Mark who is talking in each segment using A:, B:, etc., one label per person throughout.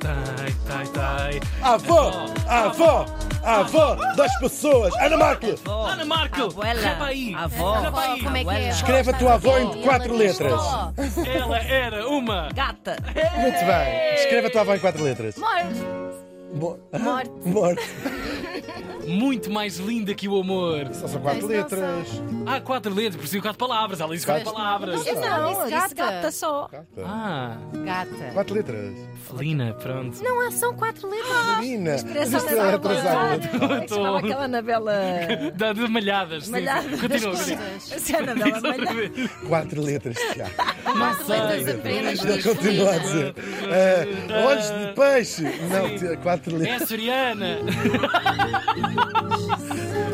A: Tai, tai, tai.
B: Avó, avó, avó das pessoas. Ana Marques,
A: Ana Markel,
C: Abuela.
A: repa aí.
C: Avó.
A: repa aí.
D: Como é que é?
B: escreve a tua avó em
D: E
B: quatro
D: ela diz,
B: letras.
D: "Ó,
A: Ela era uma.
C: Gata.
B: Muito bem. Escreva a tua avó em quatro letras.
D: Morte.
B: Mo-
D: Morte.
B: Morte.
A: Muito mais linda que o amor.
B: Só são quatro
D: Mas não são.
B: letras.
A: Há quatro letras, por cima quatro palavras. Ela disse quatro palavras.
D: Eu não, disse
C: ela
D: gata.
C: disse gata só.
A: Ah,
C: Gata.
B: Quatro letras.
A: Felina, pronto.
D: Não, há- são quatro letras.
B: Menina. Isto
C: Essa
B: é
C: Anabela-
B: atrasado.
C: Como é que se chamava aquela Anabela?
A: Dá de malhadas. sim.
C: Malhadas.
A: Continua, continua.
C: Essa é a Anabela
A: Diz outra
C: Malhadas.
A: vez.
B: Quatro letras, já.
A: Não sei.
D: letras apenas.
B: Já continua a dizer. Ah, olhos de peixe. Não, tinha quatro
A: É
B: letras.
A: Soriana.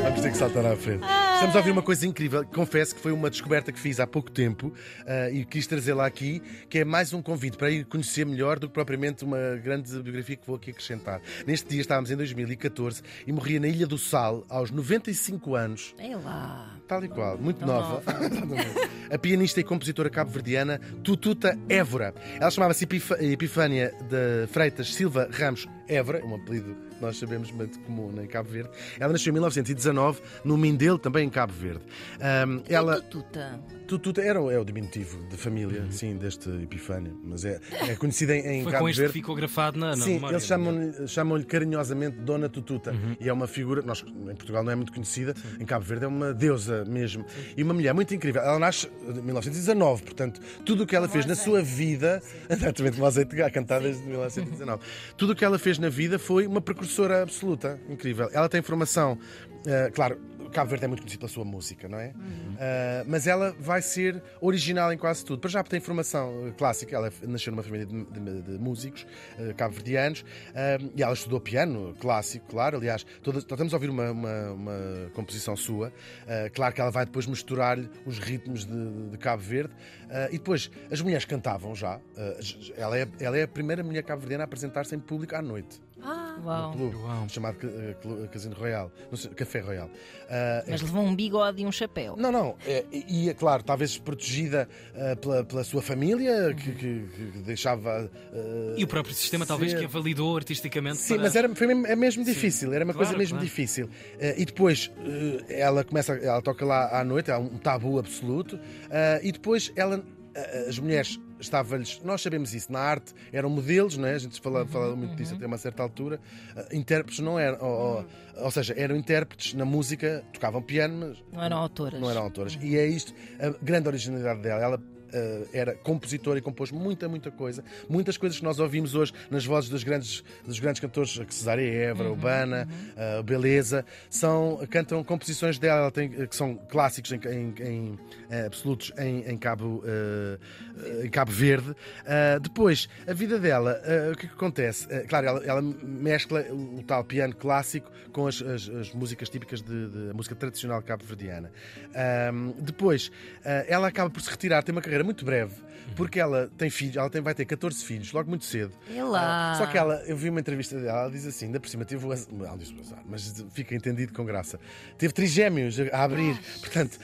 B: Vamos ter que saltar à frente. Estamos a ouvir uma coisa incrível. Confesso que foi uma descoberta que fiz há pouco tempo ah, e quis trazê-la aqui, que é mais um convite para ir conhecer melhor do que propriamente uma grande biografia que vou aqui acrescentar. Neste dia estávamos em 2014 e morria na Ilha do Sal aos 95 anos.
C: Ei lá.
B: Tal e qual, muito nova. a pianista e compositora cabo-verdiana Tututa Évora. Ela chamava-se Epifa- Epifânia de Freitas Silva Ramos Évora, um apelido que nós sabemos muito comum né, em Cabo Verde. Ela nasceu em 1919 no Mindelo, também em Cabo Verde. Ahm, ela
C: Tututa.
B: Tututa era o- é o diminutivo de família, sim, deste Epifânia, mas é, é conhecida em, em
A: Uhum. Foi
B: Cabo
A: com este que
B: Verde.
A: ficou grafado na. na
B: Sim,
A: memória.
B: eles chamam-lhe chamam carinhosamente Dona Tututa. E é uma figura, nós em Portugal não é muito conhecida, em Cabo Verde é uma deusa mesmo. E uma mulher muito incrível. Ela nasce em 1919, portanto, tudo o que ela fez na sua vida. Exatamente, como azeite a cantar desde 1919. Tudo o que ela fez na vida foi uma precursora absoluta, incrível. Ela tem formação, eh, claro. Cabo Verde é muito conhecido pela sua música, não é? Ah, mas ela vai ser original em quase tudo. Para já tem formação eh, clássica, ela f- nasceu numa família de, de- de músicos eh, cabo-verdianos ah, e ela estudou piano clássico, claro. Aliás, todas, nós estamos a ouvir uma, uma- uma composição sua. Ah, claro que ela vai depois misturar-lhe os ritmos de, de Cabo Verde. Ah, e depois, as mulheres cantavam já. Ah, j- j- ela, é, ela é a primeira mulher cabo-verdiana a apresentar-se em público à noite
C: Uau.
B: clube
A: Uau.
B: chamado ca- eh, clu- Casino Royal, não sei, Café Royal. Ah,
C: Mas levou um bigode e um chapéu.
B: não, não. é, e, e, é claro, talvez protegida ah, pela, pela sua família, que, que- que deixava. ah,
A: E o próprio sistema, talvez,
B: ser-
A: que a validou artisticamente.
B: Sim,
A: para-
B: mas era, foi mesmo, é mesmo difícil, era uma
A: Claro,
B: coisa mesmo
A: claro.
B: difícil. Eh, e depois eh, ela começa, ela toca lá à noite, há um tabu absoluto, eh, e depois ela, eh, as mulheres estavam-lhes, nós sabemos isso, na arte eram modelos, não é? a gente falava, falava muito disso até uma certa altura, Eh, intérpretes não eram, ou, ou- ou seja, eram intérpretes na música, tocavam piano, mas
C: Não eram autoras.
B: não eram autoras. E é isto a grande originalidade dela. Ela eh, era compositora e compôs muita, muita coisa. Muitas coisas que nós ouvimos hoje nas vozes dos grandes, dos grandes cantores, a Cesária Évora, Urbana, eh, Beleza, são, cantam composições dela ela tem, eh, que são clássicos em, em- em, eh, absolutos em, em Cabo, eh, eh, em Cabo Verde. Eh, depois, a vida dela, eh, o que é que acontece? Eh, claro, ela, ela mescla o, o tal piano clássico com as, as- as músicas típicas de, de- a música tradicional cabo-verdiana. Ahm, depois, ah, ela acaba por se retirar, tem uma carreira muito breve, porque ela tem filhos, ela tem, vai ter 14 filhos, logo muito cedo.
C: E lá.
B: Ah, Só que ela, eu vi uma entrevista dela, ela diz assim, ainda por cima teve o azar, ela diz o azar, mas fica entendido com graça. Teve trigêmeos a a abrir, portanto,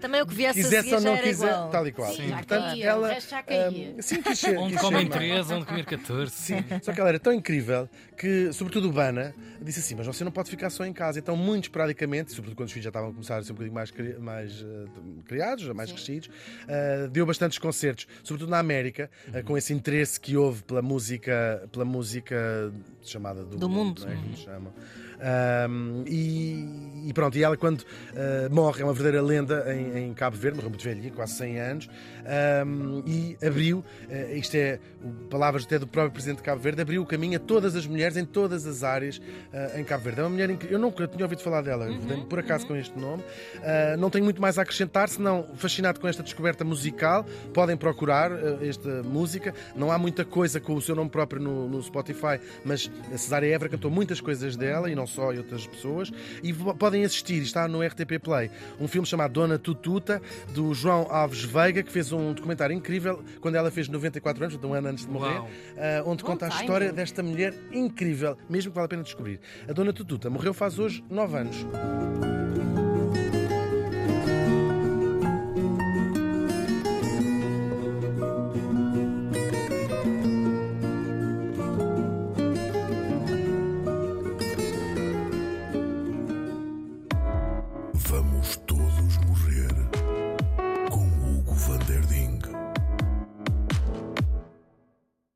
C: Também o que viesse a
B: quisesse
C: seguir
B: ou
C: já
B: não tá
C: era
B: quiser,
C: igual.
B: tal e qual.
D: Sim, já
B: portanto,
D: caía, o
B: ela
D: resto já caía.
B: ahm, sim, quis ser,
A: Onde
B: quis
A: comem
B: ser mãe.
A: 13, onde comer 14. Sim.
B: Só que ela era tão incrível que, sobretudo Bana, disse assim: Mas você não pode ficar só em casa. Então, muito esporadicamente, sobretudo quando os filhos já estavam a começar a ser um bocadinho mais, cri- mais eh, criados, mais crescidos, eh, deu bastantes concertos, sobretudo na América, eh, com esse interesse que houve pela música, pela música chamada do,
C: Do mundo.
B: não é? como chamam. Ahm, e, e pronto, e ela quando ah, morre, é uma verdadeira lenda em, em Cabo Verde, morreu muito velhinha, quase 100 anos, ahm, e abriu, ah, isto é o- palavras até do próprio presidente de Cabo Verde, abriu o caminho a todas as mulheres em todas as áreas ah, em Cabo Verde. É uma mulher incrível, eu nunca tinha ouvido falar dela, portanto, por acaso com este nome. Ah, não tenho muito mais a acrescentar, senão fascinado com esta descoberta musical, podem procurar ah, esta música. Não há muita coisa com o seu nome próprio no, no Spotify, mas a Cesária Évora cantou muitas coisas dela e não só, e outras pessoas. E vo- podem assistir, está no RTP Play, um filme chamado Dona Tututa, do João Alves Veiga, que fez um documentário incrível quando ela fez 94 anos, portanto, um ano antes de morrer,
A: Uau.
B: ah, onde conta a
D: timing.
B: história desta mulher incrível, mesmo que vale a pena descobrir. A Dona Tututa morreu faz hoje 9 anos.
E: Vamos todos morrer.